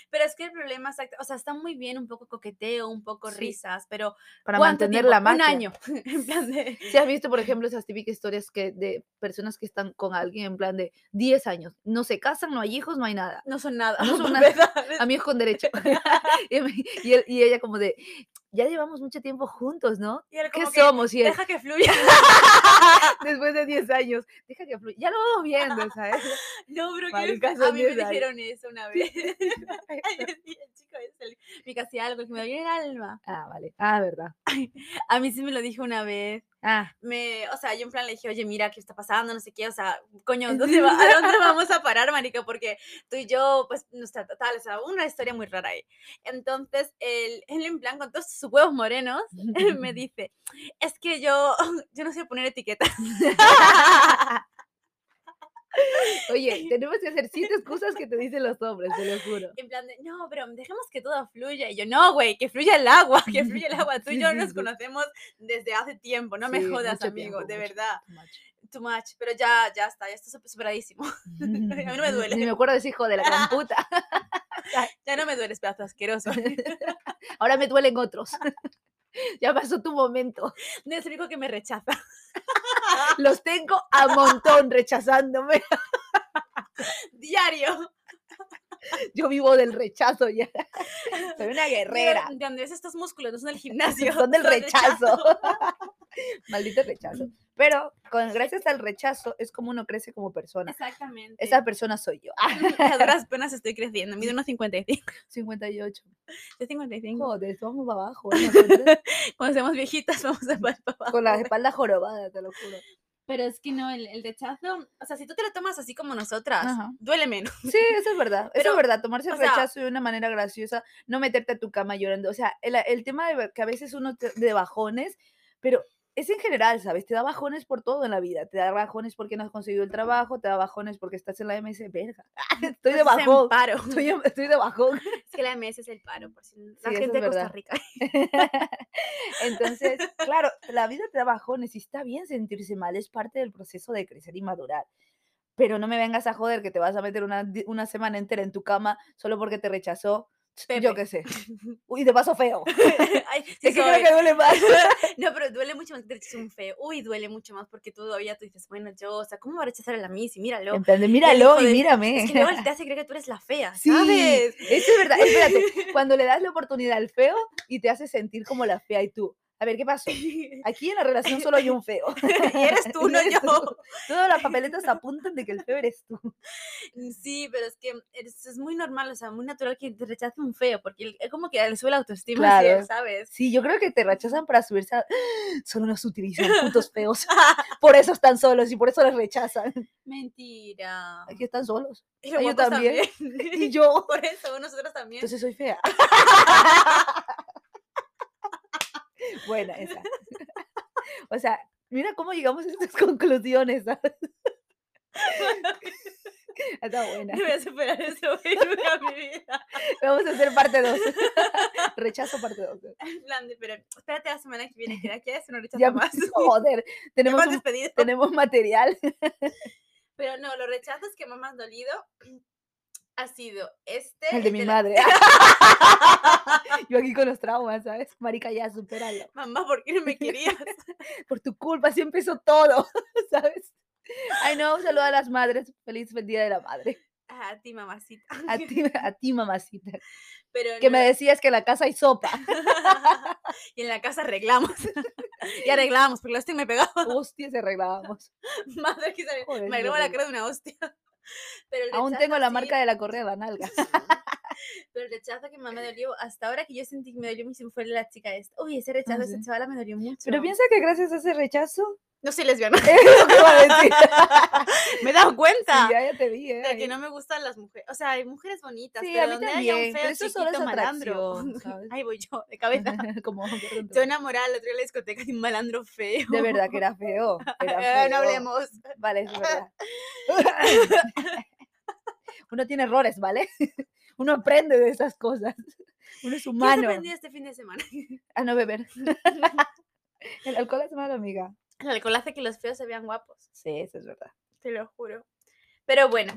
Speaker 1: Pero es que el problema, exacto, o sea, está muy bien un poco coqueteo, un poco
Speaker 3: Sí.
Speaker 1: risas, pero
Speaker 3: Para
Speaker 1: ¿cuánto
Speaker 3: mantener
Speaker 1: tiempo?
Speaker 3: la magia.
Speaker 1: Un año. <laughs> en plan de...
Speaker 3: Si has visto, por ejemplo, esas típicas historias que de personas que están con alguien en plan de 10 años, no se casan, no hay hijos, no hay nada.
Speaker 1: No son
Speaker 3: <laughs>
Speaker 1: nada.
Speaker 3: No son
Speaker 1: pa'
Speaker 3: nada.
Speaker 1: empezar.
Speaker 3: Amigos con derecho. <laughs> y, él- y él- y ella como de, ya llevamos mucho tiempo juntos, ¿no?
Speaker 1: Y él
Speaker 3: ¿Qué
Speaker 1: como que,
Speaker 3: somos? Y él,
Speaker 1: deja que fluya.
Speaker 3: <laughs> después de 10 años, deja que fluya. Ya lo vamos viendo, ¿sabes? <laughs>
Speaker 1: No, bro, que
Speaker 3: Marica,
Speaker 1: a
Speaker 3: son
Speaker 1: mí me
Speaker 3: 10 años.
Speaker 1: dijeron eso una vez. <laughs> el chico ese, me casi algo que me dolió el alma.
Speaker 3: ah, vale. Ah, verdad.
Speaker 1: A mí sí me lo dijo una vez.
Speaker 3: Ah,
Speaker 1: me, o sea, yo en plan le dije, oye, mira, ¿qué está pasando? No sé qué, o sea, coño, ¿dónde va- ¿a
Speaker 3: <laughs>
Speaker 1: dónde vamos a parar, marica? Porque tú y yo, pues, nuestra tal, o sea, una historia muy rara ahí. Entonces, él, él en plan, con todos sus huevos morenos, <laughs> <laughs>
Speaker 3: <laughs>
Speaker 1: me dice, es que yo, <laughs> yo no sé poner etiquetas.
Speaker 3: Oye, tenemos que hacer siete excusas que te dicen los hombres, te lo juro.
Speaker 1: En plan de, no, pero dejemos que todo fluya. Y yo, no, güey, que fluya el agua, <laughs> que fluya el agua. Tú y
Speaker 3: Sí,
Speaker 1: yo
Speaker 3: sí,
Speaker 1: nos
Speaker 3: sí.
Speaker 1: conocemos desde hace tiempo, no me
Speaker 3: Sí,
Speaker 1: jodas,
Speaker 3: mucho
Speaker 1: amigo,
Speaker 3: tiempo,
Speaker 1: de
Speaker 3: mucho
Speaker 1: verdad. <laughs>
Speaker 3: Macho.
Speaker 1: Too much, pero ya, ya está, ya está sup- superadísimo. mí no me duele.
Speaker 3: Ni me acuerdo de ese hijo de la gran puta.
Speaker 1: <laughs> Ya no me dueles, pedazo
Speaker 3: <laughs>
Speaker 1: asqueroso.
Speaker 3: Ahora me duelen otros. <laughs> ya pasó tu
Speaker 1: <laughs>
Speaker 3: momento.
Speaker 1: No es el único que me rechaza. <laughs>
Speaker 3: Los tengo a montón rechazándome. <laughs>
Speaker 1: Diario.
Speaker 3: Yo vivo del rechazo ya. <laughs> Soy una
Speaker 1: Digo,
Speaker 3: guerrera.
Speaker 1: De donde ves estos músculos, no <laughs> son del gimnasio.
Speaker 3: <laughs> Son del rechazo. <laughs> Maldito rechazo. Pero con, gracias al rechazo es como uno crece como persona.
Speaker 1: Exactamente.
Speaker 3: Esa persona soy yo. Ah,
Speaker 1: A
Speaker 3: <laughs>
Speaker 1: duras penas estoy creciendo. Mido unos 55.
Speaker 3: 58.
Speaker 1: Yo 55.
Speaker 3: Joder, vamos para abajo.
Speaker 1: <laughs>
Speaker 3: nosotras,
Speaker 1: Cuando seamos viejitas <laughs> vamos a pasar para abajo.
Speaker 3: Con la espalda jorobada, te lo juro.
Speaker 1: Pero es que no, el, el rechazo... O sea, si tú te lo tomas así como nosotras,
Speaker 3: Ajá.
Speaker 1: duele menos.
Speaker 3: Sí, eso es verdad. eso
Speaker 1: Pero,
Speaker 3: es verdad. Tomarse el
Speaker 1: o sea-
Speaker 3: rechazo de una manera graciosa, no meterte a tu cama llorando. O sea, el, el tema de ver- que a veces uno te- de bajones, pero es en general, ¿sabes? Te da bajones por todo en la vida. Te da bajones porque no has conseguido el trabajo, te da bajones porque estás en la MS. Verga. <laughs> Estoy
Speaker 1: <laughs>
Speaker 3: de
Speaker 1: Estás en
Speaker 3: bajón.
Speaker 1: paro.
Speaker 3: <laughs>
Speaker 1: <laughs>
Speaker 3: Estoy, en- estoy de bajón.
Speaker 1: Es que la MS es el paro, por si
Speaker 3: Sí,
Speaker 1: la
Speaker 3: eso
Speaker 1: gente
Speaker 3: es
Speaker 1: de Costa
Speaker 3: verdad. <laughs>
Speaker 1: Rica. <laughs>
Speaker 3: Entonces, claro, la vida te da bajones y está bien sentirse mal, es parte del proceso de crecer y madurar. Pero no me vengas a joder que te vas a meter una, di- una semana entera en tu cama solo porque te rechazó. Yo
Speaker 1: Pepe.
Speaker 3: qué
Speaker 1: <laughs>
Speaker 3: sé. Uy, te paso feo.
Speaker 1: Ay, sí
Speaker 3: es que creo
Speaker 1: soy.
Speaker 3: que duele más.
Speaker 1: No, pero duele mucho más que te rechace un feo. Uy, duele mucho más porque tú todavía tú dices, bueno, yo, o sea, ¿cómo va a rechazar a la Miss? Y míralo.
Speaker 3: En plan de, míralo
Speaker 1: hijo
Speaker 3: y
Speaker 1: de-
Speaker 3: mírame.
Speaker 1: Es que luego te hace creer que tú eres la fea,
Speaker 3: <laughs> Sí,
Speaker 1: ¿sabes? <laughs>
Speaker 3: Eso es verdad. Espérate, cuando le das la oportunidad al feo y te hace sentir como la fea y tú. A ver, ¿qué pasó?
Speaker 1: y
Speaker 3: Aquí en la relación solo hay un feo. <laughs>
Speaker 1: eres tú, no
Speaker 3: eres
Speaker 1: yo. <laughs>
Speaker 3: <laughs> tú. Todas las papeletas apuntan de que el feo eres tú.
Speaker 1: Sí, pero es que es, es muy normal, o sea, muy natural que te rechace un feo, porque el- es como que le sube la autoestima, a él,
Speaker 3: Claro.
Speaker 1: ¿sabes?
Speaker 3: Sí, yo creo que te rechazan para subirse a... <gasps> Solo nos utilizan,
Speaker 1: <laughs>
Speaker 3: putos feos. <laughs> Por eso están solos y por eso les rechazan.
Speaker 1: Mentira.
Speaker 3: Aquí
Speaker 1: <laughs>
Speaker 3: están solos.
Speaker 1: Y
Speaker 3: Ah, yo
Speaker 1: guapos
Speaker 3: también. <laughs>
Speaker 1: <laughs>
Speaker 3: Y yo...
Speaker 1: Por eso, nosotros también. <laughs>
Speaker 3: Entonces soy fea. <laughs> Buena esa. <laughs> O sea, mira cómo llegamos a estas conclusiones,
Speaker 1: <laughs>
Speaker 3: ¿sabes? Está buena.
Speaker 1: No voy a superar eso <laughs> nunca en mi vida.
Speaker 3: Vamos a hacer parte 2. <laughs> Rechazo parte 2.
Speaker 1: En plan de, pero espérate la semana que viene, que de aquí a eso no rechazo
Speaker 3: Ya,
Speaker 1: más. <laughs>
Speaker 3: joder,
Speaker 1: Ya me
Speaker 3: tenemos,
Speaker 1: has
Speaker 3: un-
Speaker 1: despedido.
Speaker 3: tenemos material.
Speaker 1: Pero no, los rechazos que más me han dolido <clears throat> ha sido este.
Speaker 3: El de mi
Speaker 1: la-
Speaker 3: madre. <laughs> Yo aquí con los traumas, ¿sabes? Marica, ya, supéralo.
Speaker 1: Mamá, ¿por qué no
Speaker 3: <laughs>
Speaker 1: me querías?
Speaker 3: Por tu culpa, así empezó todo, <laughs> ¿sabes? Ay, no, un saludo a las madres. Feliz Día de la Madre.
Speaker 1: A ti, mamacita.
Speaker 3: A ti, a ti mamacita.
Speaker 1: <laughs> Pero
Speaker 3: Que me
Speaker 1: no.
Speaker 3: decías que en la casa hay sopa.
Speaker 1: <laughs> y en la casa
Speaker 3: <laughs>
Speaker 1: arreglamos. y arreglamos, porque la hostia me pegaba. <laughs>
Speaker 3: Hostia, se arreglábamos.
Speaker 1: Madre que se
Speaker 3: Joder,
Speaker 1: me
Speaker 3: qué
Speaker 1: arreglaba la
Speaker 3: horrible.
Speaker 1: cara de una hostia. <laughs> Pero el
Speaker 3: Aún
Speaker 1: rechazo
Speaker 3: tengo la
Speaker 1: sí-
Speaker 3: marca de la correa de la nalga.
Speaker 1: Pero el rechazo que más me dolió hasta ahora que yo sentí que me dolió muchísimo fue el de la chica esta. Uy, ese rechazo, de esa
Speaker 3: sí.
Speaker 1: chavala me dolió mucho.
Speaker 3: Pero piensa que gracias a ese rechazo. <laughs>
Speaker 1: No soy lesbiana.
Speaker 3: Es lo que iba a decir.
Speaker 1: <laughs> me he dado cuenta.
Speaker 3: Sí, ya, ya te vi, ¿eh?
Speaker 1: de que
Speaker 3: ahí.
Speaker 1: no me gustan las mujeres. O sea, hay mujeres bonitas,
Speaker 3: Sí, a
Speaker 1: pero
Speaker 3: mí
Speaker 1: donde haya
Speaker 3: también,
Speaker 1: un feo
Speaker 3: pero eso solo
Speaker 1: chiquito
Speaker 3: es
Speaker 1: malandro.
Speaker 3: atracción, ¿sabes?
Speaker 1: <laughs> Ahí voy yo, de cabeza.
Speaker 3: <laughs> Como, perdón,
Speaker 1: Yo enamorada el otro día en la discoteca de un malandro feo. <laughs>
Speaker 3: De verdad que era feo. era
Speaker 1: Eh, no
Speaker 3: feo.
Speaker 1: hablemos.
Speaker 3: Vale, eso
Speaker 1: <laughs>
Speaker 3: es verdad. <laughs> Uno tiene errores, ¿vale? <laughs> Uno aprende de esas cosas. <laughs> Uno es
Speaker 1: ¿Qué has
Speaker 3: humano.
Speaker 1: aprendido este fin de semana? <laughs>
Speaker 3: A no beber. El alcohol es malo, amiga.
Speaker 1: El alcohol hace que los feos se vean guapos,
Speaker 3: Sí, eso es verdad.
Speaker 1: te lo juro. Pero bueno,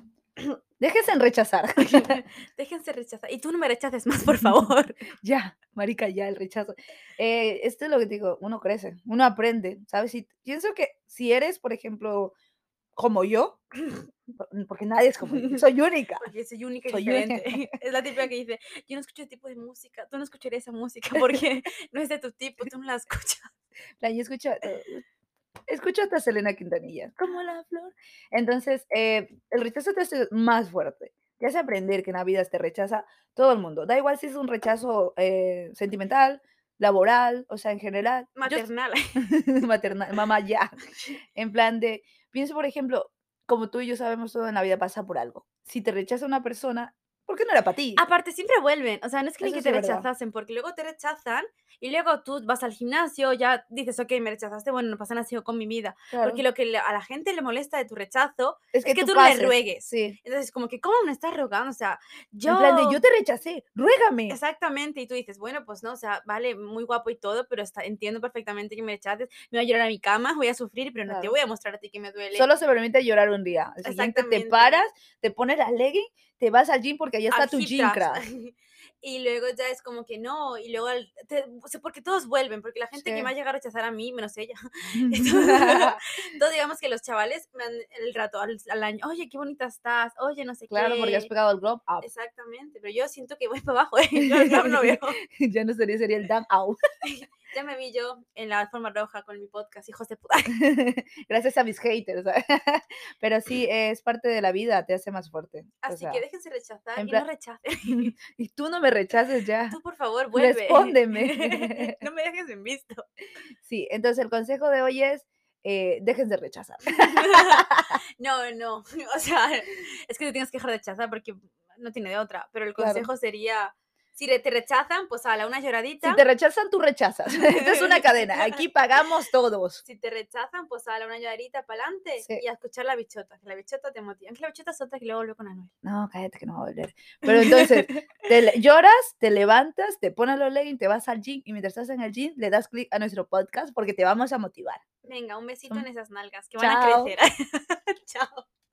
Speaker 3: Déjense en rechazar. <laughs>
Speaker 1: déjense rechazar. Y tú no me rechaces más, por favor.
Speaker 3: ya, marica, ya el rechazo. Eh, esto es lo que te digo, uno crece, uno aprende, ¿sabes? Y pienso que si eres, por ejemplo, como yo, <clears throat> porque nadie es como yo, soy única.
Speaker 1: Porque soy única y
Speaker 3: Soy única.
Speaker 1: diferente. <laughs> Es la típica que dice, yo no escucho ese tipo de música, tú no escucharías esa música <laughs> porque no es de tu tipo, tú no la <laughs> escuchas.
Speaker 3: La, yo escucho, eh, escucho hasta Selena Quintanilla, como la flor. Entonces, eh, el rechazo te hace más fuerte. Te hace aprender que en la vida te rechaza todo el mundo. Da igual si es un rechazo eh, sentimental, laboral, o sea, en general. Yo- <laughs>
Speaker 1: Maternal.
Speaker 3: maternal, mamá ya. En plan de, pienso por ejemplo, como tú y yo sabemos todo en la vida pasa por algo. Si te rechaza una persona, ¿por qué no era para ti?
Speaker 1: <laughs> Aparte, siempre vuelven. O sea, no es que ni
Speaker 3: Eso
Speaker 1: que
Speaker 3: sí
Speaker 1: te
Speaker 3: es verdad.
Speaker 1: rechazasen, porque luego te rechazan y luego tú vas al gimnasio, ya dices, ok, me rechazaste, bueno, no pasa nada, sigo con mi vida.
Speaker 3: Claro.
Speaker 1: Porque lo que le- a la gente le molesta de tu rechazo
Speaker 3: es
Speaker 1: es que tú, no
Speaker 3: pases,
Speaker 1: le ruegues.
Speaker 3: Sí.
Speaker 1: Entonces, como que, ¿cómo me estás rogando? O sea, yo.
Speaker 3: En plan de, yo te rechacé, ruégame.
Speaker 1: Exactamente, y tú dices, bueno, pues no, o sea, vale, muy guapo y todo, pero está, entiendo perfectamente que me rechaces, me voy a llorar a mi cama, voy a sufrir, pero no te
Speaker 3: Claro.
Speaker 1: voy a mostrar a ti que me duele.
Speaker 3: Solo se permite llorar un día. El siguiente te
Speaker 1: Exactamente.
Speaker 3: paras, te pones la legging, te te vas al gym porque allá está tu gym
Speaker 1: Arjitas.
Speaker 3: crash.
Speaker 1: <laughs> Y luego ya es como que no, y luego, el- te- o sea, porque todos vuelven, porque la gente
Speaker 3: Sí.
Speaker 1: que me va a llegar a rechazar a mí, menos ella. <laughs>
Speaker 3: <laughs> Claro,
Speaker 1: Entonces, digamos que los chavales me han, el rato al, al año, oye, qué bonita estás, oye, no sé qué.
Speaker 3: porque has pegado el glob up.
Speaker 1: Exactamente, pero yo siento que voy <laughs> para abajo, ¿eh? Yo el club no
Speaker 3: <laughs>
Speaker 1: veo.
Speaker 3: ya no sería,
Speaker 1: eh.
Speaker 3: sería el damn out. <laughs>
Speaker 1: Ya me vi yo en la forma roja con mi podcast, hijos <laughs> de puta.
Speaker 3: Gracias a mis haters. <laughs> ¿sabes? Pero sí, es parte de la vida, te hace más fuerte. o
Speaker 1: Así
Speaker 3: sea,
Speaker 1: que déjense rechazar
Speaker 3: en
Speaker 1: y
Speaker 3: plan-
Speaker 1: no rechacen.
Speaker 3: y tú no me rechaces ya.
Speaker 1: Tú, por favor, vuelve.
Speaker 3: Respóndeme.
Speaker 1: <laughs> no me dejes en
Speaker 3: <laughs>
Speaker 1: visto.
Speaker 3: Sí, entonces el consejo de hoy es, eh, déjense rechazar.
Speaker 1: No, no. <laughs> O sea, es que te tienes que dejar de rechazar porque no tiene de otra. Pero el
Speaker 3: Claro.
Speaker 1: consejo sería: si re- te rechazan, pues a la una lloradita.
Speaker 3: Si te rechazan, tú rechazas. <laughs> Esto es una cadena. Aquí pagamos
Speaker 1: <laughs>
Speaker 3: todos.
Speaker 1: rechazan, pues a la una lloradita para adelante
Speaker 3: Sí.
Speaker 1: y a escuchar la bichota. Que la bichota te motiva. Aunque la bichota es otra que luego volvió con Anuel.
Speaker 3: No, cállate que no va a volver. Pero entonces, te le- lloras, te levantas, te pones los leggings, te vas al gym y mientras estás en el gym le das clic a nuestro podcast porque te vamos a motivar.
Speaker 1: <laughs> Venga, un besito
Speaker 3: Mm.
Speaker 1: en esas nalgas que van
Speaker 3: Chao.
Speaker 1: a crecer. <laughs> Chao.